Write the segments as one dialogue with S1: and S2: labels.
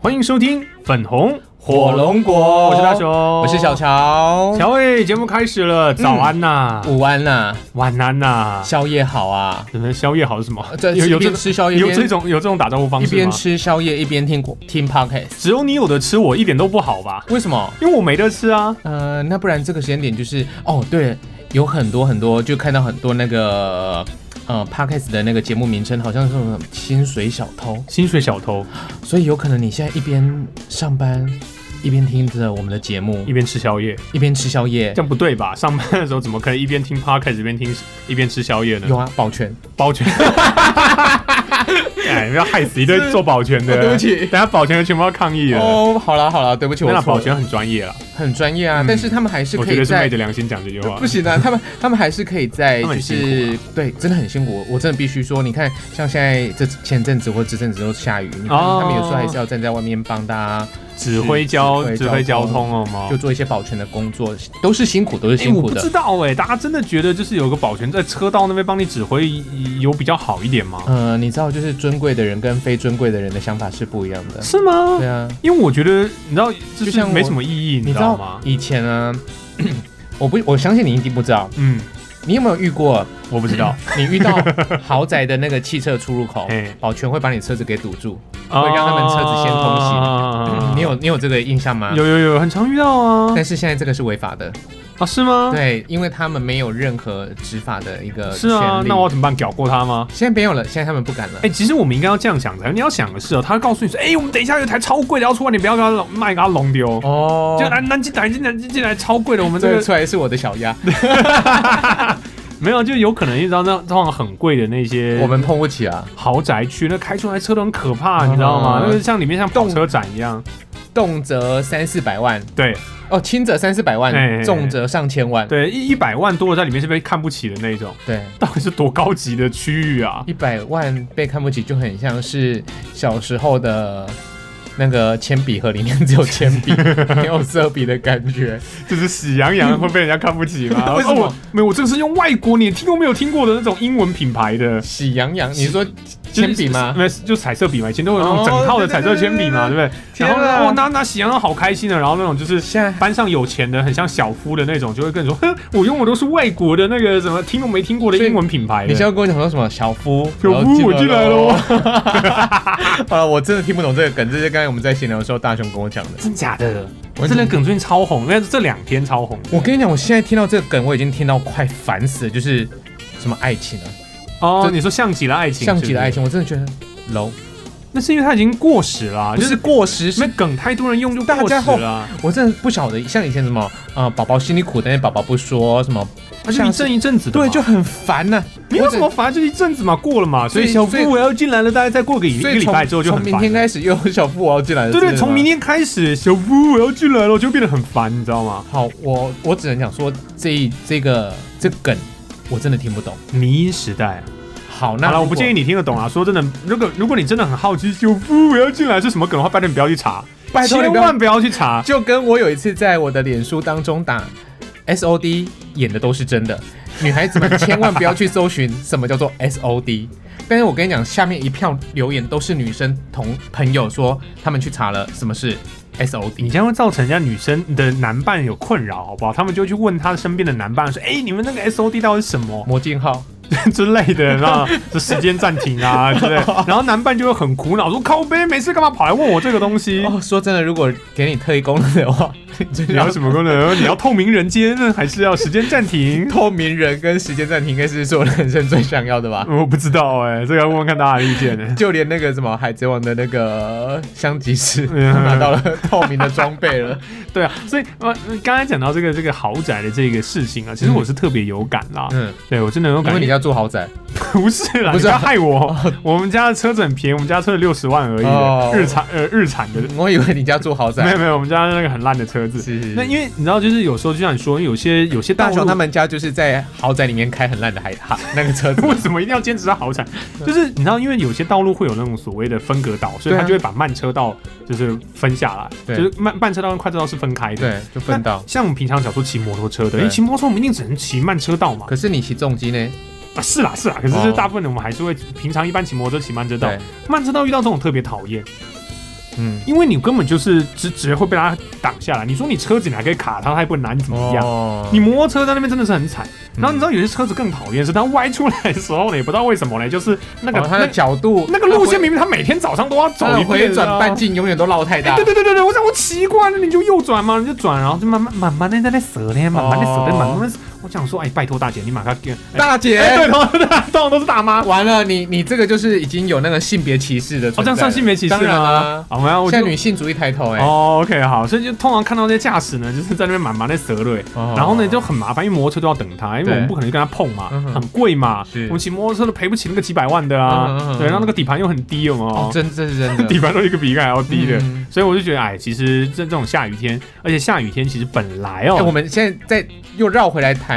S1: 欢迎收听粉红
S2: 火龙果，
S1: 我是大雄，我
S2: 我是小。乔，
S1: 乔伟，节目开始了，早安呐、
S2: 午安呐、
S1: 晚安呐、
S2: 宵夜好啊，
S1: 你们宵夜好是什么？
S2: 这
S1: 有有
S2: 一
S1: 这
S2: 边呃吃宵夜
S1: 有
S2: 一
S1: 这
S2: 边
S1: 种有这种打招呼方
S2: 一
S1: 式
S2: 边
S1: 吗？
S2: 吃宵夜一边听听 podcast，
S1: 只有你有的吃，我一点都不好吧？
S2: 为什么？
S1: 因为我没得吃啊。
S2: 呃，那不然这个时间点就是哦，对了，有很多很多，就看到很多那个呃 podcast 的那个节目名称，好像是什么薪水小偷，
S1: 薪水小偷
S2: 所以有可能你现在一边上班。一边听着我们的节目
S1: 一，边吃宵夜，
S2: 一边吃宵夜
S1: 这，样不对吧？上班的时候怎么可能一边听 podcast 一边听一边吃宵夜呢？
S2: 有啊，保全。
S1: 保 全。哎，要害死一堆
S2: 是
S1: 做保全的。
S2: 哦对不起
S1: 等下保全的全部要抗议了。
S2: 哦，好啦好啦，对不起，我
S1: 那
S2: 错
S1: 保
S2: 了
S1: 全很专业啦，
S2: 很专业啊，但是他们还是
S1: 我
S2: 可
S1: 觉
S2: 以
S1: 得是昧
S2: 在
S1: 着良心讲这句话
S2: 不。行啊，他们他们还是可以在
S1: 他们
S2: 就
S1: 很啊
S2: 是对，真的很辛苦，我真的必须说，你看像现在这前阵子或这阵子都下雨，你看
S1: 哦
S2: 他们有时候还是要站在外面帮大家
S1: 指挥交
S2: 指挥
S1: 指挥交
S2: 交通哦
S1: 通好吗
S2: 就？做一些保全的工作，都是辛苦，都是
S1: 哦哎，
S2: 辛
S1: 我
S2: 苦
S1: 不知
S2: 的。
S1: 道哎，大家真的觉得就是有个保全在车道那边帮你指挥有比较好一点吗？
S2: 呃，你知道，就是尊贵的人跟非尊贵的人的想法是不一样的。
S1: 是吗
S2: 对？啊，
S1: 因为我觉得你知道，就
S2: 就是像我
S1: 没什么意义，你
S2: 你
S1: 知
S2: 知
S1: 道
S2: 道
S1: 吗？
S2: 以前啊，我不，我相信你一定不知道，
S1: 嗯，
S2: 你有没有遇过？
S1: 我不知道，
S2: 你遇到豪宅的那个汽车出入口
S1: 嘿，
S2: 保全会把你车子给堵住。
S1: 啊
S2: 会让他们车子先通行
S1: 行
S2: 你有啊你有这个印象吗？
S1: 啊嗯有有有，很常遇到啊
S2: 但是现在这个是违法的，
S1: 啊，是吗？
S2: 对，因为他们没有任何执法的一个
S1: 是
S2: 权利。
S1: 啊，那我要怎么办？屌过他吗？
S2: 现在没有了，现在他们不敢了。
S1: 哎、其实我们应该要这样想才对。你要想的是哦，他告诉你说，哎、我们等一下有台超贵的要出来，你不要给他弄卖给他弄丢。
S2: 哦
S1: 就啊南南京南京南京进来超贵的，我们这
S2: 这个
S1: 个
S2: 出来是我的小鸭，
S1: 没有，就有可能你知道那通常很贵的那些
S2: 我们碰不起啊。
S1: 豪宅区，那开出来车都很可怕，
S2: 嗯
S1: 你知道吗？那个像里面像跑车展一样，
S2: 动辄三四百万，
S1: 对
S2: 哦，轻则三四百
S1: 哎哎哎
S2: 万，重则上千万。
S1: 对，一一百万多的在里面是被看不起的那种，
S2: 对，
S1: 到底是多高级的区域啊？
S2: 一百万被看不起就很像是小时候的。那个铅笔盒里面只有铅 笔，没有色笔的感觉。
S1: 就是喜羊羊会被人家看不起吗？
S2: 为什
S1: 哦
S2: 么
S1: 我没有，我这个是用外国你也听都没有听过的那种英文品牌的。
S2: 喜羊羊，你说
S1: 就是
S2: 铅笔吗？
S1: 没有，就彩色笔嘛，以前都有那种
S2: 哦
S1: 整套的彩色铅笔嘛，对
S2: 对
S1: 不对？
S2: 天
S1: 然后呢
S2: 啊
S1: 哦，拿拿喜羊羊好开心啊的，然后那种就是
S2: 现在
S1: 班上有钱的，很像小夫的那种，就会跟你说，哼，我用的都是外国的那个什么听都没听过的
S2: 所以
S1: 英文品牌
S2: 你现
S1: 的。
S2: 在跟我讲说什么小夫？
S1: 小夫我进来喽
S2: 喽！ 好了，我真的听不懂这个梗，这是刚才我们在闲聊的时候大雄跟我讲的。
S1: 真假的？
S2: 我
S1: 这个梗最近超红，因为这两天超红
S2: 我跟你讲，我现在听到这个梗，我已经听到快烦死了，就是什么爱情啊，
S1: 哦。
S2: 这
S1: 你说像极了爱情，
S2: 像极了爱
S1: 是不是，
S2: 情，我真的觉得 low，
S1: 那是因为它已经过时了啊，
S2: 不
S1: 就是是
S2: 过时，
S1: 那
S2: 是
S1: 梗太多人用就
S2: 大
S1: 过
S2: 家
S1: 时
S2: 后
S1: 了啊。
S2: 我真的不晓得，像以前什么啊，呃宝宝心里苦，但是宝宝不说什么，
S1: 而且一阵一阵子的嘛，
S2: 对，就很烦呐。
S1: 没有什么，反正就一阵子嘛，过了嘛，所以
S2: 所以
S1: 小
S2: 所以
S1: 夫我要进来了，大概再过个一
S2: 所
S1: 个
S2: 以
S1: 礼
S2: 从
S1: 拜之后就很
S2: 从
S1: 烦了。
S2: 明天开始又有小夫我要进来了，
S1: 对
S2: 是
S1: 对，
S2: 吗
S1: 从明天开始，小夫我要进来了，就变得很烦，你知道吗？
S2: 好，我我只能讲说这一这个这个梗我真的听不懂。
S1: 迷音时代。
S2: 好，那
S1: 好了，我
S2: 如
S1: 不
S2: 果
S1: 建议你听得懂啊。说真的，如果如果你真的很好奇小夫我要进来是什么梗的话，拜托你不要去查，
S2: 拜托你
S1: 千
S2: 不要
S1: 万不要去查。
S2: 就跟我有一次在我的脸书当中打 S O D 演的都是真的，女孩子 们千万不要去搜寻什么叫做 S O D。但是我跟你讲，下面一票留言都是女生同朋友说他们去查了什么是 S O
S1: 你
S2: D。
S1: 这样会造成人家女生的男伴有困扰，好不好？他们就去问他身边的男伴说：“哎、你们那个 S O D 到底是什么
S2: 魔镜号，
S1: 之类 的？”然后就时间暂停啊 之类的。然后男伴就会很苦恼，说：“靠背，每次干嘛跑来问我这个东西？”
S2: 哦，说真的，如果给你特异功能的话， 你就
S1: 你要什么功能？你要透明人间，还是要时间暂停？
S2: 透明人跟时间暂停，应该是是我人生最想要的吧。
S1: 我不知道哎、这个要问问看大家的意见欸呢、
S2: 就连那个什么《海贼王》的那个香吉士都
S1: 嗯
S2: 拿到了透明的装备了，
S1: 对啊，所以呃，刚才讲到这个这个豪宅的这个事情啊，其实我是特别有感啦。
S2: 嗯，
S1: 对我真的有
S2: 因为
S1: 感
S2: 你，要住豪宅，
S1: 不是哦啦，
S2: 不
S1: 你不
S2: 是
S1: 要
S2: 啊
S1: 害 我。我们家的车子很便宜，我们家车子六十万而已
S2: 哦
S1: 的，日产呃日产的，
S2: 我以为你家住豪宅，
S1: 没有没有，我们家那个很烂的车子。
S2: 是
S1: 那因为你知道，就是有时候就像你说，有些有些
S2: 大
S1: 雄
S2: 雄他们家就是在豪宅里面开很烂的海哈那个车子，
S1: 为什么一定要坚持它好惨？就是你知道，因为有些道路会有那种所谓的分隔岛，所以
S2: 对啊
S1: 它就会把慢车道就是分下来，
S2: 对
S1: 就是慢慢车道跟快车道是分开的。
S2: 对，就分到
S1: 那。像我们平常小时候骑摩托车的，
S2: 对
S1: 因为骑摩托车我们一定只能骑慢车道嘛。
S2: 可是你骑重机呢？
S1: 啊，是啦是啦，可是就是
S2: 哦
S1: 大部分的我们还是会平常一般骑摩托车骑慢车道
S2: 对，，
S1: 慢车道遇到这种特别讨厌。
S2: 嗯，
S1: 因为你根本就是直直会被他挡下来。你说你车子你还可以卡他，他还不能拿你怎么样？
S2: 哦
S1: 你摩托车在那边真的是很惨。然后你知道有些车子更讨厌是它歪出来的时候呢，也不知道为什么呢，就是那个、
S2: 哦它的角度，
S1: 那那个路线明明他每天早上都要走
S2: 它的
S1: 一
S2: 回
S1: 遍
S2: 转
S1: 的啊哎
S2: 半径永远都绕太大
S1: 对。对对对对，我想我奇怪，那你就右转嘛，你就转，然后就慢慢慢慢的在那折呢，慢慢的折
S2: 哦
S1: 呢，慢慢地我想说，哎，拜托大姐，你马上给。哎
S2: 大姐，
S1: 哎，对，通常通常都是大妈。哦，
S2: 完了，你你这个就是已经有那个性别歧视的存在了。
S1: 这样算性别歧视
S2: 当然
S1: 吗
S2: 啊？，
S1: 好，我要我
S2: 现在
S1: 就
S2: 女性主义抬头，哎，
S1: 哦，OK，好，所以就通常看到那些驾驶呢，就是在那边慢慢的折了，
S2: 哦
S1: 然后呢就很麻烦，因为摩托车都要等他，因为
S2: 对
S1: 我们不可能跟他碰嘛
S2: 嗯哼，
S1: 很贵嘛
S2: 是，
S1: 我们骑摩托车都赔不起那个几百万的
S2: 嗯哼嗯
S1: 啊
S2: 哼，
S1: 对，然后那个底盘又很低，有没
S2: 哦
S1: 有，？
S2: 真这是真
S1: 底
S2: 的，
S1: 盘都一个比一个还要低的
S2: 嗯，
S1: 所以我就觉得，哎，其实这这种下雨天，而且下雨天其实本来
S2: 哎，我
S1: 哦，
S2: 们现在在又绕回来谈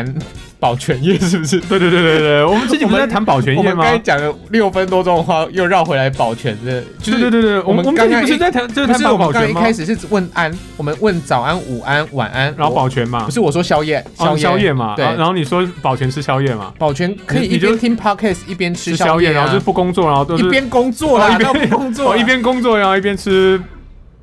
S2: 保全业，是不是？
S1: 对对对对对，我们最近不是在谈保全
S2: 我
S1: 业
S2: 们
S1: 吗
S2: 刚？才讲了六分多钟的话，又绕回来保全的，就
S1: 对对
S2: 是
S1: 对对，我们我
S2: 我们
S1: 们
S2: 刚
S1: 最近
S2: 刚一
S1: 不是在谈就是
S2: 不
S1: 谈
S2: 是我
S1: 保
S2: 们刚
S1: 全
S2: 一
S1: 吗？
S2: 开始是问安，我们问早安、午安、晚安，
S1: 然后
S2: 我
S1: 保全嘛
S2: 不，是我说宵夜，
S1: 哦宵夜嘛，
S2: 对
S1: 然后然后你说保全吃宵夜嘛，
S2: 保全可以
S1: 你
S2: 一
S1: 你就
S2: 边听 podcast 一边吃
S1: 吃宵夜，
S2: 夜啊，
S1: 然后就是不工作，然后都
S2: 一
S1: 是
S2: 边工作啦，
S1: 哦一边
S2: 那不工作啊
S1: 我
S2: 啦，
S1: 一边工作，然后一边吃，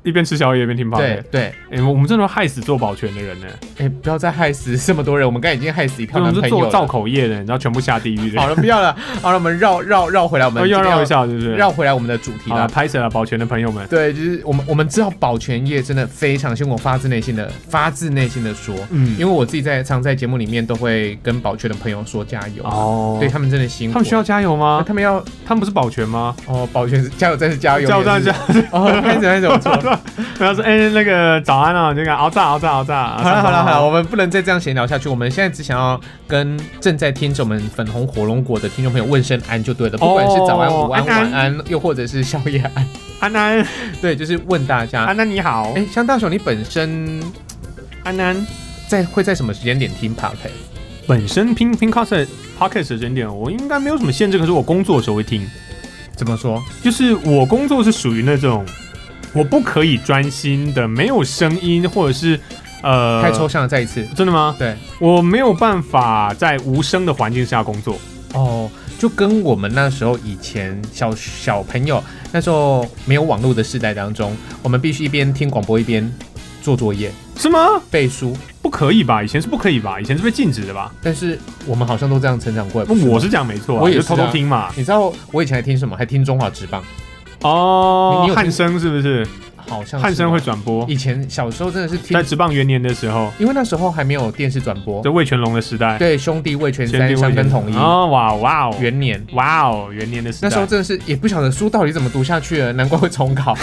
S1: 一边吃宵夜，一边听 p o
S2: 对
S1: d
S2: 对，
S1: 哎、我们真的害死做保全的人呢、
S2: 哎，不要再害死这么多人，我们刚才已经害死一
S1: 我
S2: 票男
S1: 们是
S2: 朋友
S1: 做造
S2: 了。
S1: 口业的，你知道全部下地狱的。
S2: 好了，不要了，好了，我们绕绕绕回来，我们
S1: 哦，
S2: 今
S1: 要
S2: 天
S1: 绕一，下，是不是？
S2: 绕回来我们的主题
S1: 好了，
S2: 啦。
S1: 拍死了保全的朋友们。
S2: 对，就是我们我们知道保全业真的非常辛苦，发自内心的发自内心的说，
S1: 嗯
S2: 因为我自己在常在节目里面都会跟保全的朋友说加油，
S1: 哦，
S2: 对他们真的辛苦，
S1: 他们需要加油
S2: 啊
S1: 吗？
S2: 他们要
S1: 他们不是保全吗？
S2: 哦，保全是加油站是加油，
S1: 加油站
S2: 也是
S1: 加，
S2: 哦，开始开始我错了。
S1: 然后说，哎、那个早安啊，这个熬炸熬炸熬炸。啊
S2: 好了好了好了，
S1: 了，
S2: 我们不能再这样闲聊下去。我们现在只想要跟正在听着我们粉红火龙果的听众朋友问声安就对了，不管是早安、午安、
S1: 哦安安
S2: 晚安，又或者是宵夜安，
S1: 安安
S2: 对，就是问大家。
S1: 安安你好，
S2: 哎，香大雄，你本身
S1: 安安。
S2: 在会在什么时间点听 podcast？
S1: 本身拼拼 cos podcast 的人点，我应该没有什么限制，可是我工作的时候会听。
S2: 怎么说？
S1: 就是我工作是属于那种我不可以专心的，没有声音或者是呃
S2: 太抽象了，再一次。
S1: 真的吗？
S2: 对，
S1: 我没有办法在无声的环境下工作。
S2: 哦，就跟我们那时候以前小小朋友那时候没有网络的时代当中，我们必须一边听广播一边做作业、
S1: 是吗？
S2: 背书，
S1: 不可以吧？以前是不可以吧？以前是被禁止的吧？
S2: 但是我们好像都这样成长过来。不
S1: 那
S2: 吗
S1: 我是讲没错、啊，
S2: 我也
S1: 就是
S2: 啊
S1: 偷偷听嘛。
S2: 你知道我以前还听什么？还听中华职棒，你
S1: 哦
S2: 你有，听
S1: 汉声是不是？
S2: 好像是
S1: 汉声会。转播，
S2: 以前小时候真的是听
S1: 在，职棒元年的时候，
S2: 因为那时候还没有电视转播
S1: 在。魏全龙的时代，
S2: 对，兄弟魏全
S1: 先
S2: 三
S1: 定位
S2: 三跟统一
S1: 哦，哇哇哦，
S2: 元年，
S1: 哇哦，元年的时代，
S2: 那时候真的是也不晓得书到底怎么读下去了，难怪会重考，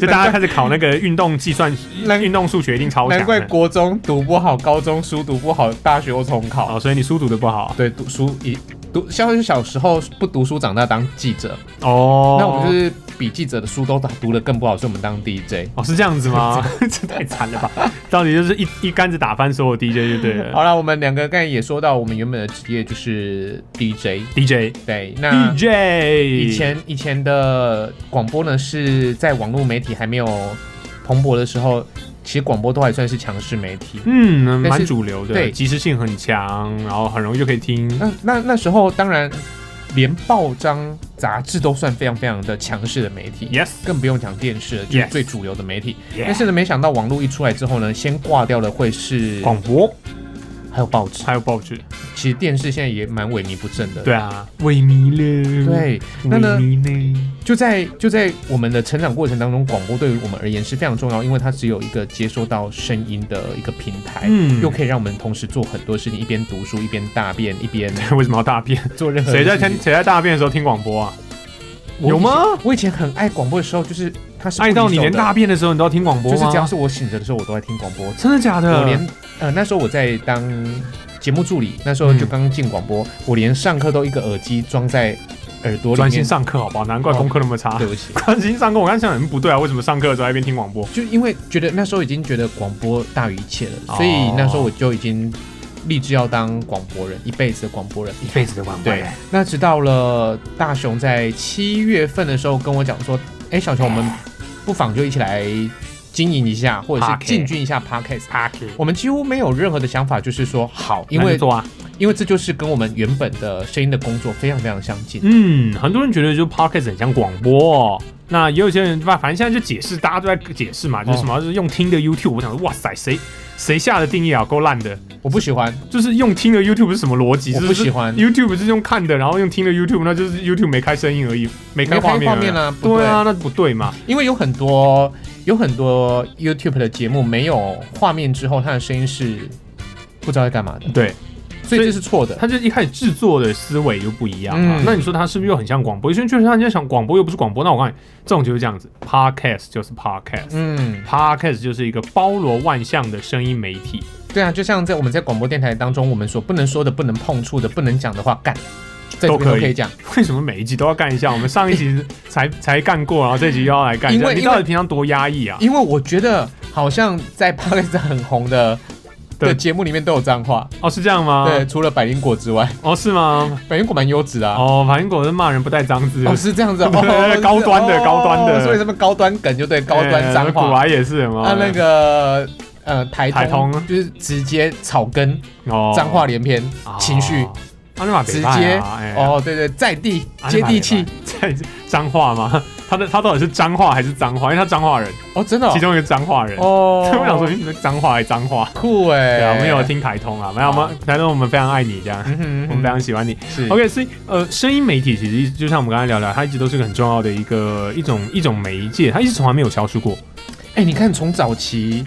S1: 就大家开始考那个运动计算、
S2: 难
S1: 运动数学，一定超强的。欸
S2: 难怪国中读不好，高中书读不好，大学又重考。
S1: 哦，所以你书读的不好
S2: 对，读书一读，像是小时候不读书，长大当记者，
S1: 哦。
S2: 那我们就是比记者的书都读的更不好，所以我们当 DJ。
S1: 哦是这样子 吗？ 这太惨了吧！到底就是一一竿子打翻所有 DJ 就对了。
S2: 好了，我们两个刚才也说到，我们原本的职业就是 DJ。
S1: DJ
S2: 对，那
S1: DJ
S2: 嗯以前以前的广播呢，是在网络媒体还没有蓬勃的时候，其实广播都还算是强势媒体。
S1: 嗯
S2: 但
S1: 蛮
S2: 是
S1: 主流的，
S2: 对
S1: 及时性很强，然后很容易就可以听。
S2: 那那那时候当然，连报章、杂志都算非常非常的强势的媒体
S1: Yes，
S2: 更不用讲电视了，就是
S1: Yes
S2: 最主流的媒体。
S1: Yeah
S2: 但是呢，没想到网络一出来之后呢，先挂掉的会是
S1: 广播
S2: 还有报纸。
S1: 还有报纸，
S2: 其实电视现在也蛮萎靡不振的。
S1: 对啊，萎靡了，，
S2: 对，那
S1: 萎
S2: 呢？
S1: 靡了。
S2: 就在就在我们的成长过程当中，广播对于我们而言是非常重要，因为它只有一个接收到声音的一个平台，
S1: 嗯
S2: 又可以让我们同时做很多事情，一边读书，一边大便，一边
S1: 为什么要大便？
S2: 做任何
S1: 谁在
S2: 事情
S1: 听？谁在大便的时候听广播啊？
S2: 呃我以前
S1: 有吗？
S2: 我以前很爱广播的时候，就是它是不
S1: 爱到你
S2: 离手
S1: 连
S2: 的
S1: 大，便的时候你都要听广播
S2: 就
S1: 吗？嗯
S2: 是只要是我醒着的时候，我都在听广播。
S1: 真的假的？
S2: 我连呃那时候我在当节目助理，那时候就
S1: 嗯
S2: 刚进广播，我连上课都一个耳机装在耳朵里
S1: 专心
S2: 面。
S1: 上课好不好？难怪功课那么差
S2: 对。不起，
S1: 专心上课，我刚想很不对啊，为什么上课的时候还一边听广播？
S2: 就因为觉得那时候已经觉得广播大于一切了，所
S1: 哦
S2: 以那时候我就已经立志要当广播人，一辈子的广播人。
S1: 一辈子的广播
S2: 对，那直到了大雄在七月份的时候跟我讲说，哎、小熊，我们不妨就一起来经营一下，或者是
S1: Podcast
S2: 进军一下 podcast。
S1: ，Parky，
S2: 我们几乎没有任何的想法，就是说好，因为
S1: 做啊，
S2: 因为这就是跟我们原本的声音的工作非常非常相近。
S1: 嗯，很多人觉得就 podcast 很像广播、哦，那也有些人吧，反正现在就解释，大家都在解释
S2: 哦
S1: 嘛，就是什么、就是用听的 YouTube，我想说，哇塞，谁谁下的定义啊，够烂的，
S2: 我不喜欢，
S1: 就是用听的 YouTube 是什么逻辑？
S2: 我不
S1: 就是
S2: 喜欢
S1: YouTube 是用看的，然后用听的 YouTube，那就是 YouTube 没开声音而已，没开
S2: 没
S1: 画
S2: 开
S1: 面
S2: 画
S1: 而已
S2: 面。啊，不
S1: 对啊，那不对嘛。
S2: 因为有很多有很多 YouTube 的节目没有画面之后，它的声音是不知道在干嘛的，
S1: 对，
S2: 所以这是错的。
S1: 他就一开始制作的思维就不一样啊。
S2: 嗯
S1: 那你说他是不是又很像广播？有些人觉得他在想广播又不是广播，那我告诉你，这种就是这样子，podcast 就是 podcast。
S2: 嗯，
S1: Podcast 就是一个包罗万象的声音媒体，
S2: 对啊，就像在我们在广播电台当中，我们所不能说的、不能碰触的、不能讲的话，干，在这
S1: 都
S2: 边都
S1: 可以
S2: 可以讲。
S1: 为什么每一集都要干一下？我们上一集 才才干过，然后这集又要来干一
S2: 因
S1: 下，
S2: 为
S1: 你到底平常多压抑啊？
S2: 因为我觉得好像在 p o d c a s 很红的
S1: 对
S2: 的节目里面都有脏话，
S1: 哦，是这样吗？
S2: 对，，除了百灵果之外，
S1: 哦，是吗？
S2: 百灵果蛮优质的啊。
S1: 哦，反正果是骂人不带脏字，
S2: 哦，是这 样子哦，
S1: 对对对
S2: 哦
S1: 高端的
S2: 哦
S1: 高端的
S2: 所以什么高端梗就对高端脏
S1: 哎
S2: 话
S1: 古。来也是嘛，
S2: 啊，那个呃，台
S1: 台通
S2: 就是直接草根，
S1: 哦
S2: 脏话连篇，
S1: 哦
S2: 情绪
S1: 啊，那
S2: 直接
S1: 哦，
S2: 哦，对对，在地
S1: 啊
S2: 接地，
S1: 那
S2: 气
S1: 蛮北吧这脏话吗？他的他到底是脏话还是脏话？因为他脏话人，
S2: 哦，真的哦
S1: 其中一个脏话人，
S2: 哦
S1: 所 以，我想说，你们脏话还脏话？
S2: 酷哎，
S1: 对啊，我们有，听台通啊，没有吗？台通我们非常爱你这样，
S2: 嗯哼，
S1: 我们非常喜欢你。
S2: 是
S1: OK，所以呃，声音媒体其实就像我们刚才聊聊，它一直都是个很重要的一个一种一种媒介，它一直从来没有消失过。
S2: 哎，你看从早期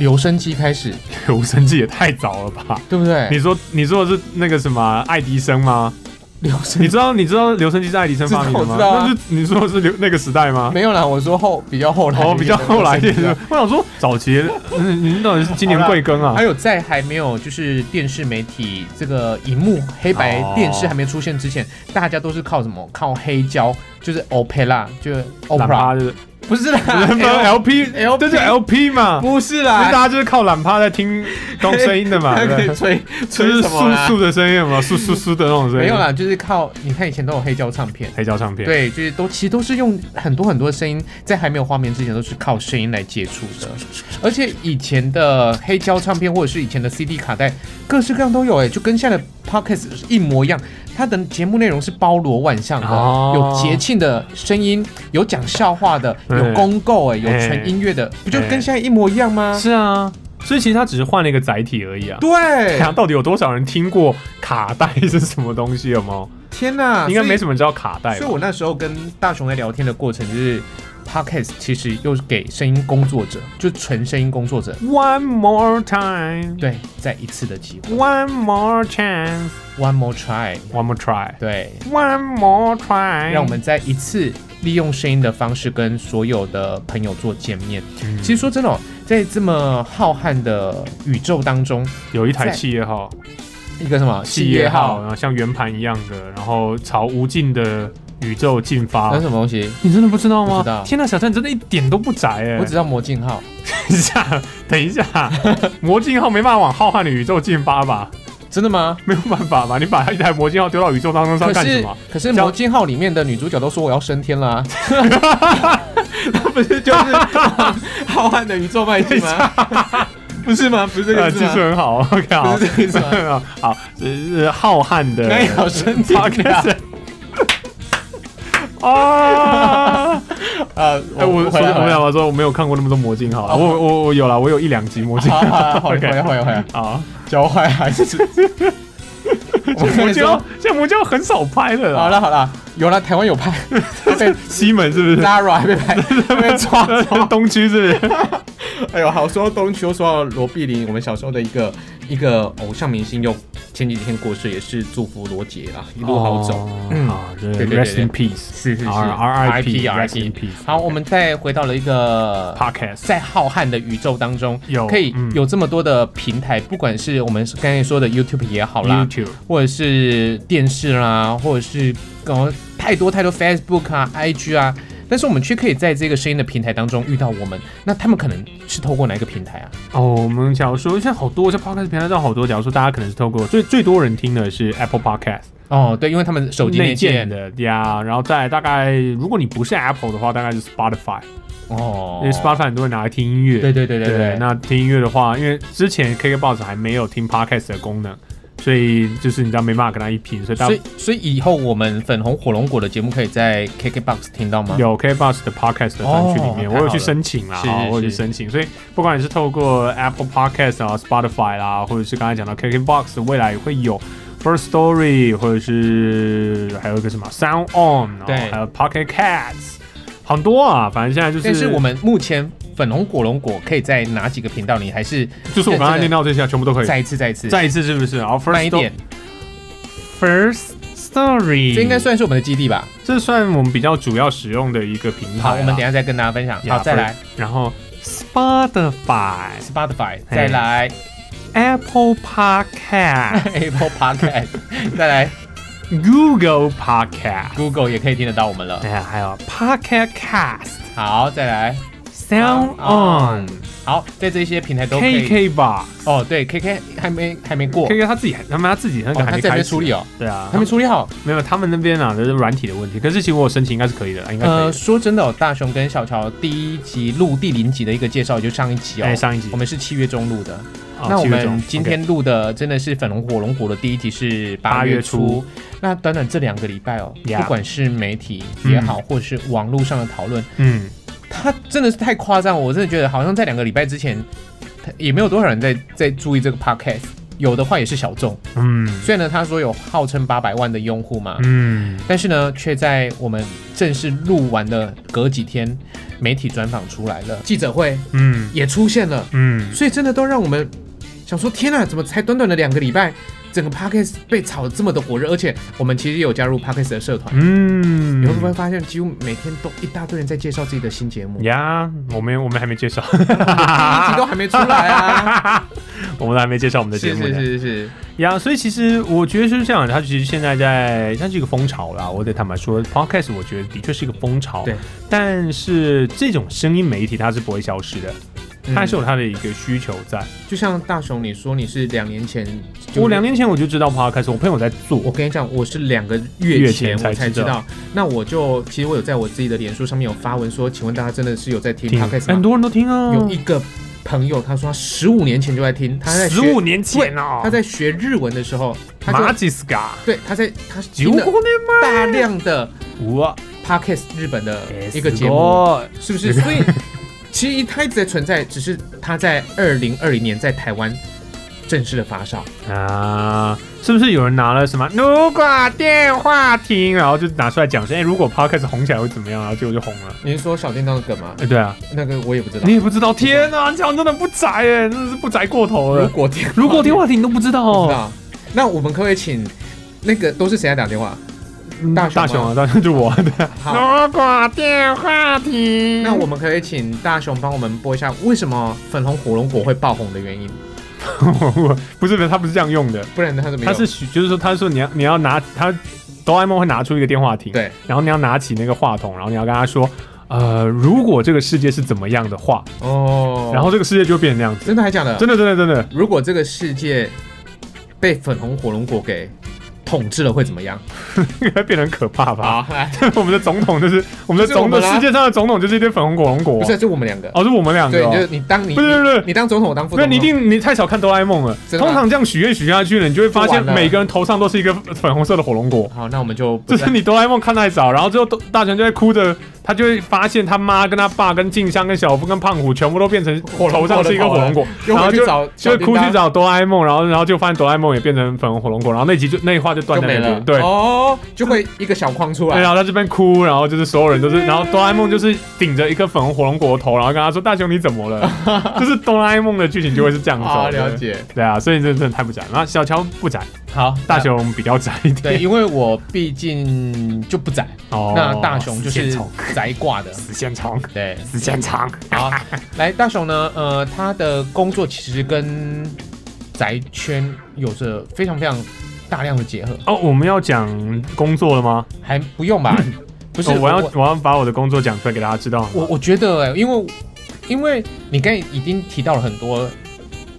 S2: 留声机开始，
S1: 留声机也太早了吧？
S2: 对不
S1: 你
S2: 对？
S1: 说你说的是那个什么爱迪生吗？
S2: 留声
S1: 你知道你知道留声机是爱迪生发明的吗？
S2: 知道我知道啊
S1: 那是你说的是留那个时代吗？
S2: 没有啦，我说后比较后来一点
S1: 哦，
S2: 的，
S1: 比较后来一点
S2: 留声
S1: 的
S2: 机啊。。
S1: 我想说早期，嗯，您到底是今年
S2: 好啦
S1: 贵庚啊
S2: 还？有在还没有就是电视媒体这个荧幕黑白
S1: 哦
S2: 电视还没出现之前，大家都是靠什么？靠黑胶，就是 opera，就是 opera，
S1: 趴就是哎
S2: 不是啦
S1: LP，
S2: LP
S1: 这是 LP 嘛？
S2: 不是
S1: 因为大
S2: 啦，
S1: 家就是靠懒趴在听东声音的 嘛，
S2: 还
S1: 对
S2: 可以
S1: 不对
S2: 吹
S1: 就
S2: 吹
S1: 是
S2: 什么
S1: 簌
S2: 啦？
S1: 簌的声音 嘛，簌簌簌的那种声音。
S2: 没有啦，就是靠你看以前都有黑胶唱片，
S1: 黑胶唱片。
S2: 对，就是都其实都是用很多很多声音，在还没有画面之前都是靠声音来接触的，而且以前的黑胶唱片或者是以前的 CD 卡带，各式各样都有哎、就跟现在的 podcast 一模一样，它的节目内容是包罗万象的，
S1: 哦
S2: 有节庆的声音，有讲笑话的，
S1: 对
S2: 有公购哎、有
S1: 哎
S2: 纯音乐的，不就
S1: 哎
S2: 跟现在一模一样吗？
S1: 是啊，所以其实它只是换了一个载体而已啊。
S2: 对，
S1: 看到底有多少人听过卡带是什么东西？有没有？
S2: 天哪，
S1: 应该
S2: 所以
S1: 没什么人知道卡带
S2: 啊所
S1: 吧
S2: 以？我那时候跟大雄在聊天的过程，就是 podcast 其实又是给声音工作者，就纯声音工作者，
S1: One more time,
S2: 对，再一次的机会
S1: one more chance,
S2: ，one more try，
S1: one more try,
S2: 对，
S1: one more try。
S2: 让我们再一次利用声音的方式跟所有的朋友做见面。
S1: 嗯
S2: 其实说真的、哦，在这么浩瀚的宇宙当中，
S1: 有一台
S2: 在
S1: 企业号，
S2: 一个什么
S1: 企业号，然后像圆盘一样的，然后朝无尽的宇宙进发
S2: 那。什么东西？
S1: 你真的不知道吗？
S2: 不知道
S1: 天呐，小站真的一点都不宅哎、
S2: 我只知道魔镜号，
S1: 等一下，等一下，魔镜号没办法往浩瀚的宇宙进发吧？
S2: 真的吗？
S1: 没有办法吧？你把一台魔镜号丢到宇宙当中是要
S2: 可
S1: 干什
S2: 是
S1: 么？
S2: 可是魔镜号里面的女主角都说我要升天啦、
S1: 不是
S2: 就是浩瀚的宇宙迈进吗？不是吗？ 不是这个
S1: 呃，
S2: 意
S1: 技
S2: 思吗
S1: 术？很好，OK 好
S2: 不是，这个啊哎意思吗？
S1: 好，这是浩瀚的
S2: 那也要升天啊！
S1: podcast。啊！
S2: 啊
S1: 哎，我我
S2: 回来，
S1: 我
S2: 回来
S1: 想，我说我没有看过那么多魔镜号，我我我有啦，我有一两集魔镜
S2: 好好好，好
S1: OK
S2: 回来，回来，回来，
S1: 啊。
S2: 教坏孩子。
S1: 现在
S2: 我跟
S1: 魔
S2: 你
S1: 镜
S2: 说
S1: 号，现在魔镜号很少拍了
S2: 好
S1: 啦。
S2: 了好了，有了，台湾有拍，还被
S1: 西门是不是？
S2: Zara 还被拍，还被抓走。
S1: 东区是不是？
S2: 哎呦，好，说到东区，又说到罗碧玲，我们小时候的一个一个偶像明星，又前几天过世，也是祝福罗杰啦，一
S1: 一
S2: 路好走。嗯
S1: 啊，对
S2: 对对
S1: ，Rest
S2: 对
S1: in peace，
S2: 是是
S1: R R I P
S2: R
S1: Rest in
S2: P。
S1: peace。
S2: 好，我们再回到了一个
S1: podcast
S2: 在浩瀚的宇宙当中，
S1: 有
S2: 可以
S1: 嗯
S2: 有这么多的平台，不管是我们刚才说的 YouTube 也好啦，
S1: YouTube
S2: 或者是电视啦，或者是呃太多太多 Facebook 啊、IG 啊，但是我们却可以在这个声音的平台当中遇到我们。那他们可能是透过哪一个平台啊？
S1: 哦，我们假如说现在好多这 podcast 平台上好多，假如说大家可能是透过最最多人听的是 Apple Podcast
S2: 哦，对，因为他们手机
S1: 内
S2: 内建
S1: 建的呀，然后再大概如果你不是 Apple 的话，大概是 Spotify，
S2: 哦
S1: 因为 Spotify 很多人拿来听音乐。
S2: 对对对对对，
S1: 那听音乐的话，因为之前 KKBox 还没有听 podcast 的功能，所以就是你知道没办法跟他一拼，所以大
S2: 所
S1: 家
S2: 以所以以后我们粉红火龙果的节目可以在 KKBOX 听到吗？
S1: 有 KBox 的 Podcast 的专区里面，
S2: 哦
S1: 我有去
S2: 太好了
S1: 申请啦，
S2: 是
S1: 哦
S2: 是
S1: 我有去
S2: 是
S1: 申请。所以不管你是透过 Apple Podcast 啊、Spotify 啦，或者是刚才讲到 KKBox，未来也会有 First Story，或者是还有一个什么 Sound On，哦
S2: 对
S1: 然后还有 Pocket Cats，很多啊，反正现在就是。
S2: 但是我们目前粉红火龙果可以在哪几个频道里？还是
S1: 就是我刚才念
S2: 认真地
S1: 到这些啊，全部都可以。
S2: 再一次再一次
S1: 再一次是不是？然后 First
S2: 慢一
S1: Sto-
S2: 点，
S1: First Story，
S2: 这应该算是我们的基地吧？
S1: 这算我们比较主要使用的一个平台啦。
S2: 好，我们等一下再跟大家分享。
S1: 呀
S2: 好，再来。
S1: 然后 Spotify、
S2: Spotify，
S1: 嘿
S2: 再来
S1: Apple Podcast、
S2: Apple Podcast，再来
S1: Google Podcast，
S2: Google 也可以听得到我们了
S1: 哎。呀，还有 Pocket Cast、
S2: 好，再来
S1: Sound On
S2: Sound、好，在这些平台都可以。
S1: KK 吧
S2: 哦，对，KK 还没还没过，
S1: ，KK 他自己还他们他自己那
S2: 哦
S1: 个还
S2: 他
S1: 没
S2: 在
S1: 开
S2: 没
S1: 始
S2: 处理哦，
S1: 对啊，
S2: 还没处理好。
S1: 没有他们那边啊，这是软体的问题。可是其实我有申请应该是可以的，应该可以
S2: 呃，
S1: 的。
S2: 说真的、哦，大雄跟小乔第一集录第零集的一个介绍，就上一集哦。
S1: 哎，上一集
S2: 我们是七月中录的，
S1: 哦
S2: 那我
S1: 七月中
S2: 们今
S1: OK
S2: 天录的真的是粉红火龙果的第一集是
S1: 八
S2: 八
S1: 月
S2: 月
S1: 初
S2: 初，那短短这两个礼拜哦
S1: Yeah
S2: 不管是媒体也好，或是网络上的讨论，
S1: 嗯，
S2: 它真的是太夸张，我真的觉得好像在两个礼拜之前，它也没有多少人在在注意这个 podcast，有的话也是小众。
S1: 嗯
S2: 虽然呢，他说有号称八百万的用户嘛，
S1: 嗯，
S2: 但是呢，却在我们正式录完的隔几天，媒体专访出来了，记者会
S1: 嗯
S2: 也出现了，
S1: 嗯，
S2: 所以真的都让我们想说，天啊，怎么才短短的两个礼拜，整个 podcast 被炒得这么的火热？而且我们其实也有加入 podcast 的社团，
S1: 嗯，
S2: 你会不会发现几乎每天都一大堆人在介绍自己的新节目，
S1: 呀？我们我们还没介绍，
S2: 第一集都还没出来 啊？
S1: 我们还没介绍我们的节
S2: 是
S1: 目
S2: 是
S1: 呢。
S2: 是是，
S1: 呀，所以其实我觉得就是这样，它其实现在在它是一个风潮啦。我得坦白说，podcast 我觉得的确是一个风潮，
S2: 对。
S1: 但是这种声音媒体它是不会消失的，它还是有
S2: 嗯
S1: 它的一个需求在。
S2: 就像大雄，你说你是两年前，
S1: 我两。年前我就知道 podcast，我朋友在做
S2: 我，跟你讲，我是两个月
S1: 月
S2: 前
S1: 前才
S2: 我才
S1: 知
S2: 知
S1: 道
S2: 道。那我就其实我有在我自己的脸书上面有发文说，请问大家真的是有在听
S1: 听
S2: podcast
S1: 很
S2: 吗？
S1: 多人都听啊，
S2: 有一个朋友他说他十五年前就在听，他在
S1: 十
S2: 学
S1: 五年前哦，
S2: 他在学日文的时候，他
S1: 马
S2: 就
S1: 吉斯卡，
S2: 对他在他
S1: 九
S2: 听了
S1: 年
S2: 大量的
S1: 我
S2: podcast 日本的一个节目，，是 不是？所以其实它一直在存在，只是它在二零二零年在台湾正式的发烧。
S1: 啊，是不是有人拿了什么？如果电话亭，然后就拿出来讲说，哎、如果 podcast 红起来会怎么样？然后结果就红了。
S2: 你是说小叮当的梗吗
S1: 哎、？对啊，
S2: 那个我也不知道
S1: 你。也不知道，天哪、你这样真的不宅哎、真的是不宅过头
S2: 如
S1: 了。
S2: 果电
S1: 如果电话亭你都不知道
S2: 不
S1: 哦，
S2: 知道，那我们可不可以请那个都是谁在打电话？
S1: 嗯
S2: 大
S1: 大
S2: 雄
S1: 雄
S2: 吗
S1: 啊，大雄就我的。
S2: 好，
S1: 如果电话亭，
S2: 那 我们可不可以请大雄帮我们播一下为什么粉红火龙果会爆红的原因？
S1: 我不是的，他不是这样用的，
S2: 不然他怎么
S1: 他
S2: 有
S1: 是许就是说，他说你要你要拿他哆啦 A 梦会拿出一个电话亭，
S2: 对
S1: 然后你要拿起那个话筒，然后你要跟他说，呃，如果这个世界是怎么样的话，
S2: 哦，
S1: 然后这个世界就会变成那样子。
S2: 真的还假的？
S1: 真的，真的，真的，
S2: 如果这个世界被粉红火龙果给统治了，会怎么样？
S1: 应该 变得很可怕吧？
S2: 好，来，
S1: 我们的总统就是我们的总统，
S2: 就是我们啦啊
S1: 世界上的总统就是一堆粉红火龙果
S2: 不。是，就我们两个。
S1: 哦，是我们两个
S2: 对，你就
S1: 哦。
S2: 你当你
S1: 不是不是不是
S2: 你你当总统，我当副
S1: 那
S2: 总统。
S1: 你一定你太小看哆啦 A 梦了。
S2: 啊真的
S1: 通
S2: 吗
S1: 常这样许愿许下去了，你就会发现
S2: 就完了
S1: 每个人头上都是一个粉红色的火龙果。
S2: 好，那我们就
S1: 这
S2: 不
S1: 是
S2: 再
S1: 你哆啦 A 梦看太少，然后最后都大雄就会哭着，他就会发现他妈跟他爸跟静香跟小夫跟胖虎全部都变成
S2: 火龙
S1: 头
S2: 果
S1: 上是一个
S2: 的头
S1: 火龙 果，然后
S2: 又回
S1: 就
S2: 去找
S1: 就会
S2: 小叮
S1: 哭
S2: 当
S1: 去找哆啦 A 梦，然后然后就发现哆啦 A 梦也变成粉红火龙果，然后那集就那一话就断
S2: 就
S1: 在
S2: 没
S1: 那
S2: 了。
S1: 边，对，
S2: 哦，就会一个小框出
S1: 对，啊
S2: 来。
S1: 然后他这边哭，然后就是所有人都是，然后哆啦 A 梦就是顶着一个粉红火龙果的头，然后跟他说：“大雄你怎么了？”就是哆啦 A 梦的剧情就会是这样 走
S2: 啊，
S1: 的。
S2: 了解。
S1: 对啊，所以这真的太不宅。然后小乔不宅，
S2: 好，
S1: 大雄比较宅一
S2: 那。对，
S1: 点。
S2: 因为我毕竟就不宅，
S1: 哦
S2: 那大雄就
S1: 死线
S2: 是
S1: 虫，
S2: 宅挂的。
S1: 死线虫，
S2: 对，
S1: 死线虫。
S2: 好，来大雄呢，呃，他的工作其实跟宅圈有着非常非常大量的结合，
S1: 哦，我们要讲工作了吗？
S2: 还不 用吧？不是，
S1: 哦我要
S2: 我
S1: 我要把我的工作讲出来给大家知道。
S2: 我我觉得、欸，因为因为你刚才已经提到了很多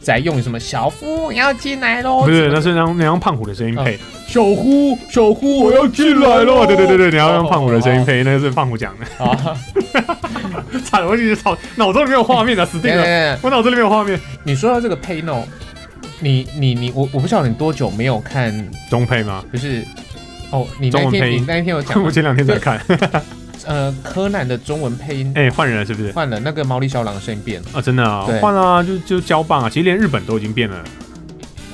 S2: 宅用语什么小夫要进来喽，
S1: 不是，那
S2: 什
S1: 是让你要用胖虎的声音配。
S2: 么小夫小夫
S1: 我要进来了。对对对对，你要用胖虎的声音配，
S2: 配
S1: 那个是胖虎讲的。
S2: 啊。 好
S1: 惨了，我已经脑脑中里面有画面了，死
S2: 等
S1: 定
S2: 一下等
S1: 了。
S2: 一下
S1: 我脑子里面有画面。
S2: 你说到这个 Pay No，哦你你你，我我不晓得你多久没有看，
S1: 中配吗？
S2: 就是哦，你
S1: 中
S2: 那
S1: 文配
S2: 天你
S1: 音
S2: 那一天 有讲
S1: 我前两天才看，
S2: 呃，柯南的中文配音
S1: 哎，换人了是不是？
S2: 换了那个毛利小朗声音变了，
S1: 啊，真的啊
S2: 对，
S1: 换啊，就就交棒啊，其实连日本都已经变了。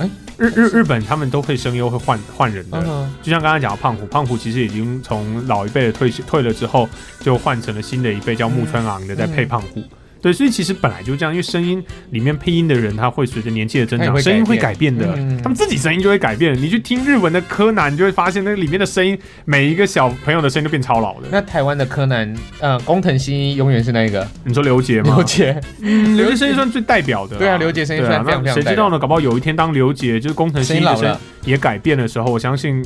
S2: 哎
S1: 日日日本他们都会声优会换换人的
S2: 嗯，哼，
S1: 就像刚才讲的胖虎，胖虎其实已经从老一辈的退休退了之后，就换成了新的一辈叫木村
S2: 嗯
S1: 昂的在配胖虎。对，所以其实本来就这样，因为声音里面配音的人，他会随着年纪的增
S2: 他也
S1: 长，
S2: 哎会
S1: 声音
S2: 改
S1: 会
S2: 变
S1: 改变的，
S2: 嗯
S1: 他们自己声音就会改变。你去听日文的柯南，你就会发现那个里面的声音，每一个小朋友的声音都变超老的。
S2: 那台湾的柯南，呃，工藤新一永远是那个
S1: 你说刘杰吗？
S2: 刘杰，
S1: 嗯刘杰声音算最代表的啦。
S2: 对啊刘杰声音
S1: 对啊
S2: 算非常
S1: 那
S2: 非常
S1: 谁知道呢？搞不好有一天当刘杰就是工程师
S2: 声音
S1: 的
S2: 老
S1: 声音
S2: 了，
S1: 也改变的时候，我相信，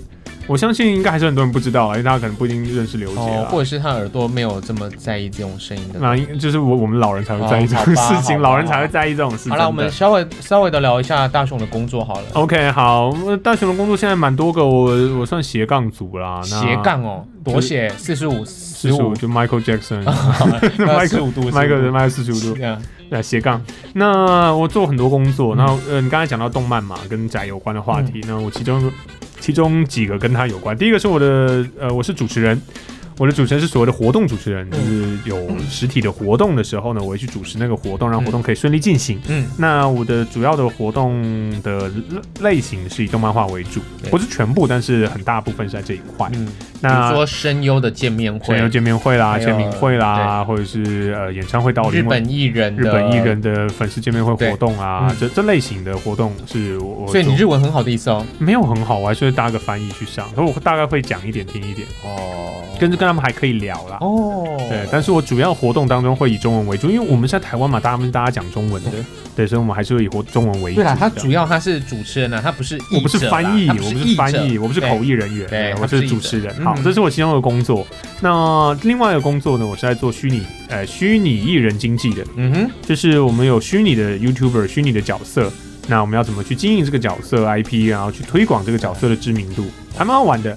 S1: 我相信应该还是很多人不知道啊，因为大家可能不一定认识刘杰
S2: 哦
S1: 啊，。
S2: 或者是他耳朵没有这么在意这种声音的。
S1: 那应就是我我们老人才会在意这种
S2: 哦好吧
S1: 事情，
S2: 好吧
S1: 老人才会在意这种事情。
S2: 好了，我们稍微稍微的聊一下大雄的工作好了。
S1: OK 好，那大雄的工作现在蛮多个，我我算斜杠组啦，那
S2: 斜杠哦，多斜四十五、
S1: 四
S2: 十
S1: 十五
S2: 五、
S1: 就 Michael Jackson，
S2: 那四十五度、
S1: Michael 的
S2: 的
S1: Michael 四十五度，
S2: 嗯
S1: 对，呃斜杠。那我做很多工作，那呃，你刚才讲到动漫嘛，跟宅有关的
S2: 嗯
S1: 话题，那我其中其中几个跟它有关。第一个是我的呃，我是主持人。我的主持人是所谓的活动主持人，就是
S2: 嗯
S1: 有实体的活动的时候呢，我会去主持那个活动，让活动可以顺利进行。
S2: 嗯，
S1: 那我的主要的活动的类类型是以动漫画为主，
S2: 对
S1: 不是全部，但是很大部分是在这一块。
S2: 嗯，比如
S1: 那
S2: 说声优的见面
S1: 朋
S2: 会
S1: 友，见面会啦、
S2: 还有
S1: 签名会啦，或者是呃演唱会到
S2: 日本艺人的
S1: 日本艺人，的粉丝见面会
S2: 对
S1: 活动啊
S2: 嗯，
S1: 这这类型的活动是我我
S2: 所以你
S1: 做
S2: 日文很好的意思哦。
S1: 没有很好，我还是会搭个翻译去上，所以我大概会讲一点听一点，
S2: 哦，
S1: 跟跟他们还可以聊啦。
S2: 哦，
S1: 对，但是我主要活动当中会以中文为主，因为我们是在台湾嘛，大家们大家讲中文的
S2: 对，
S1: 对，所以我们还是会以活中文为主这
S2: 哦对啦，
S1: 样。
S2: 他主要他是主持人啊，他不是
S1: 我
S2: 译
S1: 不是
S2: 者啦
S1: 翻译，
S2: 他
S1: 我
S2: 不
S1: 不
S2: 译
S1: 是
S2: 者
S1: 翻译，我不是
S2: 对
S1: 口译人员，
S2: 对
S1: 我
S2: 他是
S1: 是
S2: 译
S1: 主
S2: 者
S1: 持人。
S2: 嗯
S1: 好，这是我其中一个工作。那另外一个工作呢，我是在做虚拟呃虚拟艺人经济的，
S2: 嗯哼，
S1: 就是我们有虚拟的 YouTuber、虚拟的角色，那我们要怎么去经营这个角色 IP，然后去推广这个角色的知名度，还蛮好玩的。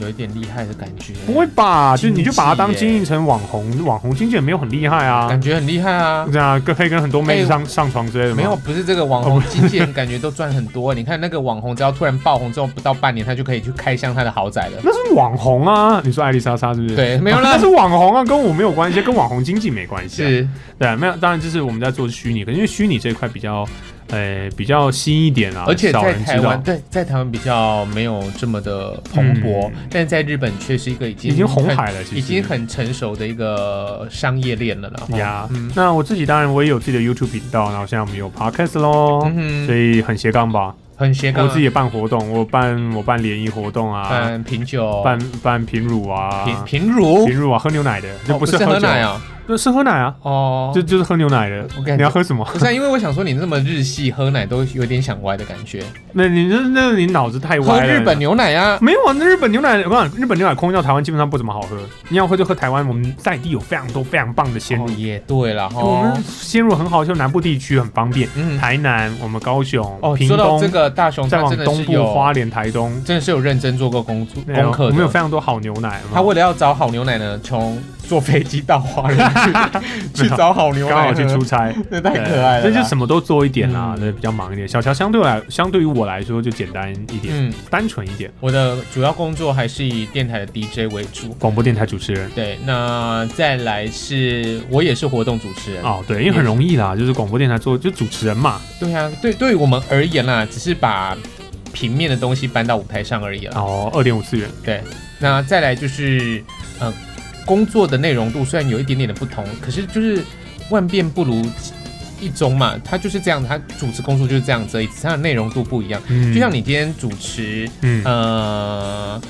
S2: 有一点厉害的感觉，
S1: 不会吧？就
S2: 经纪
S1: 你就把它当
S2: 耶
S1: 经营成网红，网红经纪人没有很厉害啊
S2: 感。觉很厉害啊。
S1: 这样跟可以跟很多妹
S2: 哎
S1: 子上、上床之类的吗？
S2: 没有，，不是这个网
S1: 哦
S2: 红经纪人，感觉都赚很多。啊你看那个网红，只要突然爆红之后，不到半年，他就可以去开箱他的豪宅了。
S1: 那是网红啊！你说艾丽莎莎是不是？
S2: 对没有啦
S1: 那是网红啊，跟我没有关系，跟网红经济没关系、啊。
S2: 是，
S1: 对，没有，当然就是我们在做虚拟，可是因为虚拟这一块比较，呃，比较新一点啊，
S2: 而且
S1: 少
S2: 在
S1: 人
S2: 台
S1: 知道
S2: 湾，。对，在台湾比较没有这么的蓬勃，
S1: 嗯
S2: 但在日本却是一个已经
S1: 已经红
S2: 很
S1: 海了其实
S2: 已经很成熟的一个商业链了啦。
S1: 呀、
S2: 嗯
S1: 那我自己当然我也有自己的 YouTube 频道，然后现在我们有 Podcast 咯，
S2: 嗯
S1: 哦所
S2: 哼，
S1: 以很斜杠吧。
S2: 很斜杠
S1: 我
S2: 啊，哎
S1: 自己也办活动，我办我办联谊活动啊，
S2: 办品酒，
S1: 办办品乳啊，
S2: 品品乳，
S1: 品乳啊，喝牛奶的，就
S2: 哦
S1: 不是
S2: 是
S1: 喝
S2: 喝
S1: 酒
S2: 奶，啊，
S1: 对，是喝奶啊，
S2: 哦
S1: 就。就是喝牛奶的
S2: 我感。觉
S1: 你要喝什么？
S2: 不是、啊，因为我想说你那么日系喝奶都有点想歪的感觉，
S1: 那你那那你脑子太
S2: 喝
S1: 歪了。
S2: 日本牛奶啊，
S1: 没有啊，那日本牛奶，我跟你讲，日本牛奶空运到台湾基本上不怎么好喝。你要喝就喝台湾，我们在地有非常多非常棒的鲜乳，
S2: 哦也对了
S1: 我
S2: 哈
S1: 们。鲜乳很好，就南部地区很方便。
S2: 嗯，
S1: 台南，我们高雄，
S2: 哦，
S1: 屏
S2: 说到
S1: 东，
S2: 这个大雄，
S1: 再
S2: 他
S1: 往
S2: 真的
S1: 东
S2: 是
S1: 部，花
S2: 有，
S1: 莲、台东，
S2: 真的是有认真做过工作
S1: 对啊
S2: 功课
S1: 我
S2: 的
S1: 们有。非常多好牛奶。
S2: 他为了要找好牛奶呢，从坐飞机到花 莲去去找好牛奶，
S1: 刚好去出，差，
S2: 那太可爱了啦。
S1: 对那就什么都做一点啦，
S2: 嗯
S1: 那比较忙一点。小乔相对来，相对于我来说就简单一点，
S2: 嗯，
S1: 单纯一点。
S2: 我的主要工作还是以电台的 DJ 为主。
S1: 广播电台主持人。
S2: 对，那再来是我也是活动主持人。
S1: 哦，对，因为很容易啦，就是广播电台做就主持人嘛。
S2: 对啊，对，对于我们而言啦，只是把平面的东西搬到舞台上而已啦。
S1: 哦，二点五次元，
S2: 对，那再来就是，呃，工作的内容度虽然有一点点的不同，可是就是万变不如一宗嘛，他就是这样，他主持工作就是这样子而已，只是它的内容度不一样。
S1: 嗯
S2: 就像，你今天主持，
S1: 嗯，
S2: 呃，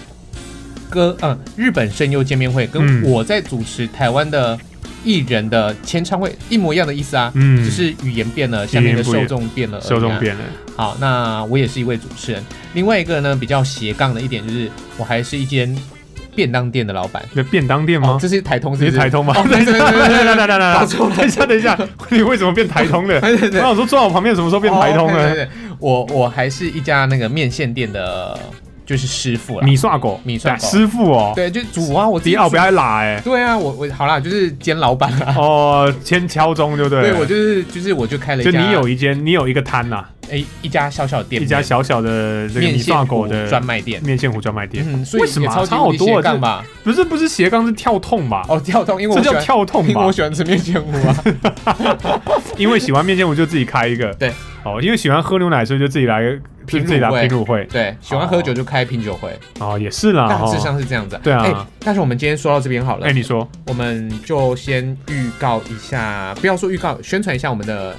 S2: 歌，呃，日本声优见面会，跟
S1: 嗯
S2: 我在主持台湾的艺人的签唱会一模一样的意思啊。
S1: 嗯
S2: 只是呃语言变了，下面的受众变了，啊
S1: 受众。变了，
S2: 好，那我也是一位主持人。另外一个呢，比较斜杠的一点就是，我还是一间便当店的老板。
S1: 那便当店
S2: 哦
S1: 吗，？
S2: 这是台通，
S1: 你
S2: 是
S1: 是台通吗？
S2: 哦
S1: 等一
S2: 对对
S1: 下，
S2: 对对对对
S1: 等一下，等
S2: 搞
S1: 一
S2: 错了
S1: 下，等一下，等一下，你为什么变台通的？
S2: 对对
S1: 我想说坐在我旁边什么时候变台通
S2: 哦对
S1: 了？
S2: 对对，我我还是一家那个面线店的，就是师傅啦。
S1: 米刷狗，
S2: 米刷狗
S1: 师傅哦，
S2: 对，就煮啊，我自己
S1: 迪奥
S2: 煮
S1: 不。要拉哎，
S2: 对啊，我我好啦，就是兼老板 啦。
S1: 哦，先敲钟就对
S2: 对，我
S1: 了。
S2: 就是就是我就开了一
S1: 就
S2: 家。
S1: 你有一间，你有一个摊呐，
S2: 哎、哎一家小小的店
S1: 一
S2: 面，
S1: 家小小的这个
S2: 面
S1: 米
S2: 线
S1: 发
S2: 糊
S1: 狗的
S2: 专卖店。
S1: 面线糊专卖店，
S2: 嗯，所以
S1: 为什么
S2: 也
S1: 啊
S2: 超级
S1: 差好
S2: 无敌
S1: 多
S2: 斜
S1: 啊
S2: 杠
S1: 这
S2: 吧？
S1: 不是不是斜杠是跳痛吧？
S2: 哦，跳动，因为
S1: 这
S2: 我喜
S1: 叫
S2: 欢，
S1: 跳痛
S2: 因为
S1: 吧
S2: 我？喜欢吃面线糊 啊。
S1: 因为喜欢面线糊就自己开一个，
S2: 对，
S1: 哦，因为喜欢喝牛奶所以就自己来就
S2: 品
S1: 自己来
S2: 乳会
S1: 品乳会，
S2: 对，喜欢喝酒就开品酒会，
S1: 哦，也是啦，
S2: 大致
S1: 哦，
S2: 上是这样子。
S1: 对啊
S2: 哎但是我们今天说到这边好了
S1: 哎，，你说
S2: 我们就先预告一下，不要说预告，宣传一下我们的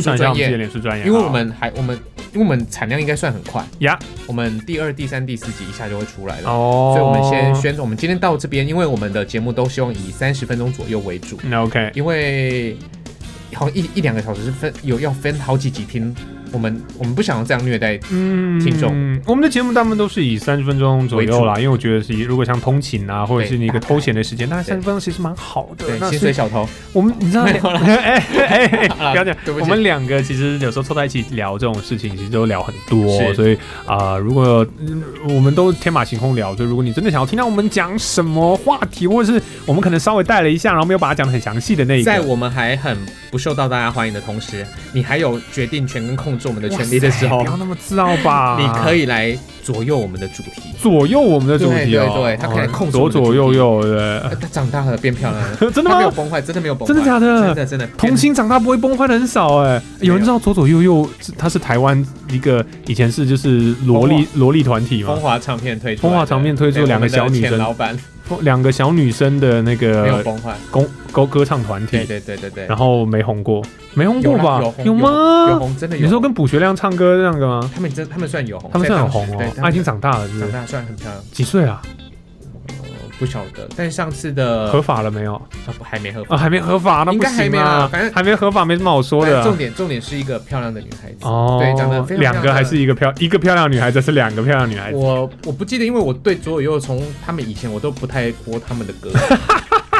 S1: 宣
S2: 书
S1: 传一下我们
S2: 专
S1: 自己的
S2: 业，
S1: 脸书专业，
S2: 因为
S1: 好
S2: 我们还我们因为我们产量应该算很快，
S1: 呀，
S2: 我们第二、第三、第四集一下就会出来了。
S1: 哦，
S2: 所以，我们先宣传。我们今天到这边，因为我们的节目都希望以三十分钟左右为主，
S1: 那 OK，
S2: 因为好像一一两个小时是分有要分好几集听，我们我们不想要这样虐待。
S1: 嗯，
S2: 听众，
S1: 我们的节目大部分都是以三十分钟左右啦，因为我觉得是以如果像通勤啊，或者是你一个偷闲的时间，那三十分钟其实蛮好的。
S2: 对，
S1: 那
S2: 薪水
S1: 是
S2: 小偷，啊
S1: 我们你知道， 哎哎哎， 不要讲
S2: 对不，起
S1: 我们两个其实有时候凑在一起聊这种事情，其实都聊很多，
S2: 是
S1: 所以啊，如果嗯我们都天马行空聊，所以如果你真的想要听到我们讲什么话题，或者是我们可能稍微带了一下，然后没有把它讲的很详细的那一
S2: 在
S1: 个。
S2: 我们还很不受到大家欢迎的同时，你还有决定权跟控制我们的权利的时候
S1: 哇塞不，要那么自傲吧！
S2: 你可以来左右我们的主题。
S1: 左右我们的主题哦，
S2: 对对对他可以
S1: 哦
S2: 控制我
S1: 左
S2: 们
S1: 左
S2: 的主题
S1: 右右的
S2: 呃，，她长大了变漂亮了，
S1: 啊 真的
S2: 她没有
S1: 吗？
S2: 崩坏，真的没有崩坏，
S1: 真的假的
S2: 真的真的
S1: 童星长大不会崩坏的很少哎、
S2: 没有
S1: 有人知道左左右右是它是台湾一个以前是就是萝
S2: 哦
S1: 莉萝莉团体
S2: 风
S1: 吗？
S2: 华唱片推出来的，
S1: 风华唱片推出
S2: 对
S1: 两个
S2: 我们的
S1: 小女
S2: 前
S1: 生呃
S2: 老板
S1: 两个小女生的那
S2: 哦没有
S1: 个
S2: 崩坏，
S1: 公歌歌唱团
S2: 对
S1: 体，
S2: 对对对对，
S1: 然后没红过，没红过
S2: 有啦
S1: 吧
S2: 有？红
S1: 有
S2: 有
S1: 吗？
S2: 红真的有
S1: 你
S2: 红，
S1: 说跟卜学亮唱歌那个吗？
S2: 他们真他们算有红，
S1: 他们
S2: 在
S1: 算很
S2: 当时
S1: 红
S2: 对
S1: 哦，，
S2: 他
S1: 他
S2: 们
S1: 已经长大了，是不
S2: 长
S1: 是？
S2: 大算很漂亮，
S1: 几岁啊？
S2: 我不晓得，但是上次的
S1: 合法了没有？
S2: 啊不还没合法
S1: 啊，还没合法，那
S2: 应
S1: 不
S2: 该还
S1: 行
S2: 没啦
S1: 啊
S2: 反正，
S1: 还没合法，没什么好说的
S2: 但
S1: 啊。
S2: 重点重点是一个漂亮的女孩子。
S1: 哦，
S2: 对长得非常
S1: 两
S2: 漂
S1: 个
S2: 亮
S1: 还是一个漂一个漂亮女孩子，还是两个漂亮女孩子？
S2: 我我不记得，因为我对左耳右从他们以前我都不太播他们的歌。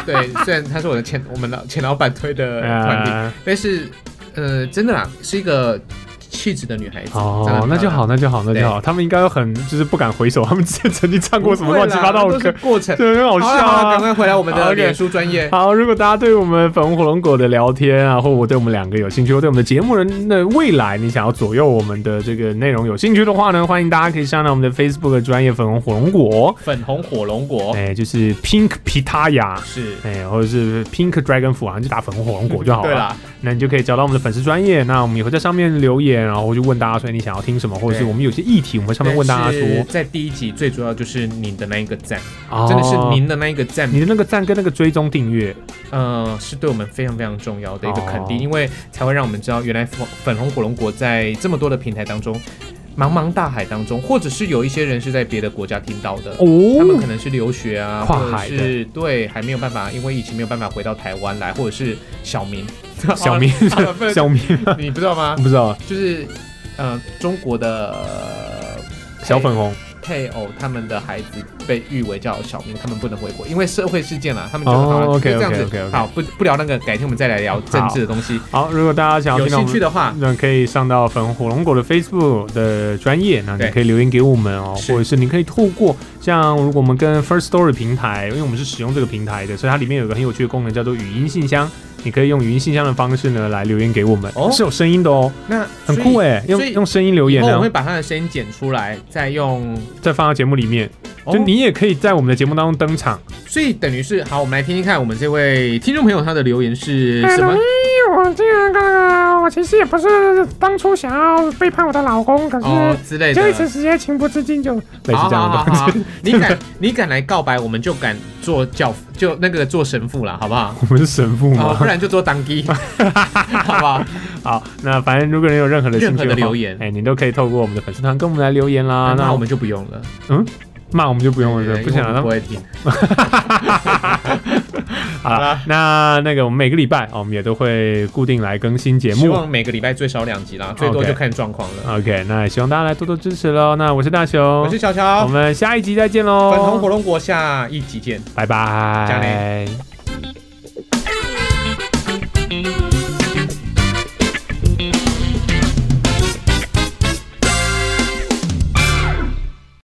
S2: 对，虽然他是我的前我们老前老板推的团体，
S1: 呃，
S2: 但是呃，真的啦，是一个气质的女孩子。长得
S1: 哦，
S2: 很
S1: 那就好，
S2: 漂亮。
S1: 那就好，那就好。他们应该都很就是不敢回首， 他们之前曾经唱过什么乱七八糟
S2: 不
S1: 的
S2: 会
S1: 歌
S2: 啦都，是过 程。
S1: 对，很好笑
S2: 好啦好啦赶
S1: 啊。
S2: 快回来我们
S1: 好
S2: 的
S1: ，OK
S2: 脸书专业。
S1: 好，如果大家对我们粉红火龙果的聊天啊，或我对我们两个有兴趣，或对我们的节目人的未来，你想要左右我们的这个内容有兴趣的话呢，欢迎大家可以上到我们的 Facebook 专业粉红火龙果，
S2: 粉红火龙果
S1: 哎，就是 Pink Pitaya，
S2: 是，
S1: 哎，或者是 Pink Dragon Fruit，啊你就打粉红火龙果就好了。
S2: 对啦，
S1: 那你就可以找到我们的粉丝专业，那我们也会在上面留言，然后会去问大家说你想要听什么，或者是
S2: 对
S1: 我们有些议题，我们会上面问大家
S2: 但是
S1: 说，
S2: 在第一集最主要就是你的那一个赞，
S1: 哦
S2: 真的是您的那一个赞
S1: 你的那个赞跟那个追踪订阅，
S2: 呃，是对我们非常非常重要的一个肯定，
S1: 哦
S2: 因为才会让我们知道，原来粉粉红火龙果在这么多的平台当中，茫茫大海当中，或者是有一些人是在别的国家听到的，他们 可
S1: 哦，
S2: 能是留学啊，
S1: 跨
S2: 或者
S1: 海的
S2: 是对还没有办法，因为疫情没有办法回到台湾来，或者是小明，
S1: 小明
S2: 好了不，能
S1: 小明，
S2: 你不知道吗
S1: 我？不知道，
S2: 就是呃，中国的呃
S1: 小粉红
S2: 配偶他们的孩子被誉为叫小明，他们不能回国，因为社会事件啦，啊他们就
S1: 哦
S2: 好了就
S1: OK，OK，
S2: 这样子。
S1: OK，OK，OK
S2: 好，不不聊那个，改天我们再来聊政治的东西。
S1: 好，如果大家想要
S2: 有
S1: 听到我
S2: 兴趣
S1: 们。
S2: 的话，
S1: 那可以上到粉红火龙果的 Facebook 的专业，那你
S2: 对
S1: 可以留言给我们哦，
S2: 是
S1: 或者是你可以透过像如果我们跟 First Story 平台，因为我们是使用这个平台的，所以它里面有一个很有趣的功能叫做语音信箱，你可以用语音信箱的方式呢来留言给我们，
S2: 哦
S1: 是有声音的哦，
S2: 那
S1: 很酷哎、
S2: 所
S1: 用
S2: 以
S1: 用声音留
S2: 以
S1: 言啊
S2: 后我会
S1: 呢，
S2: 把他的声音剪出来，再用。
S1: 再放到节目里面，
S2: 哦
S1: 就，你也可以在我们的节目当中登场。
S2: 所以等于是好，我们来听听看，我们这位听众朋友他的留 言是什么？
S3: 哎我这个我其实也不是当初想要背叛我的老公，可
S2: 哦
S3: 是
S2: 之类的
S3: 就。一时之间情不自禁就
S1: 类似
S2: 好
S1: 这样
S2: 好
S1: 的
S2: 好
S1: 东
S2: 好
S1: 西，，
S2: 你敢你敢来告白，我们就敢做教父，就那个做神父啦，好 不好？
S1: 我们是神父
S2: 哦，
S1: 吗
S2: 不？然就做当 机，好不好？
S1: 好，那反正如果你有任何的兴
S2: 任
S1: 趣
S2: 何的
S1: 话
S2: 留言
S1: 哎，你都可以透过我们的粉丝团跟我们来留言啦。
S2: 那
S1: 那
S2: 我
S1: 我们
S2: 们就不用了，
S1: 骂我们就不用了，
S2: 对
S1: 不想让
S2: 因为我们
S1: 他
S2: 不
S1: 们
S2: 会听。
S1: 好
S2: 好
S1: 了
S2: 啦。
S1: 那那个我们每个礼拜哦我们也都会固定来更新节
S2: 希
S1: 目。
S2: 望每个礼拜最少两集啦，最多
S1: OK
S2: 就看状况了。
S1: OK，那也希望大家来多多支持喽。那我是大雄，
S2: 我是小
S1: 我
S2: 乔，
S1: 们下一集再见喽，
S2: 粉红火龙果下一集见。
S1: 拜拜，
S2: 加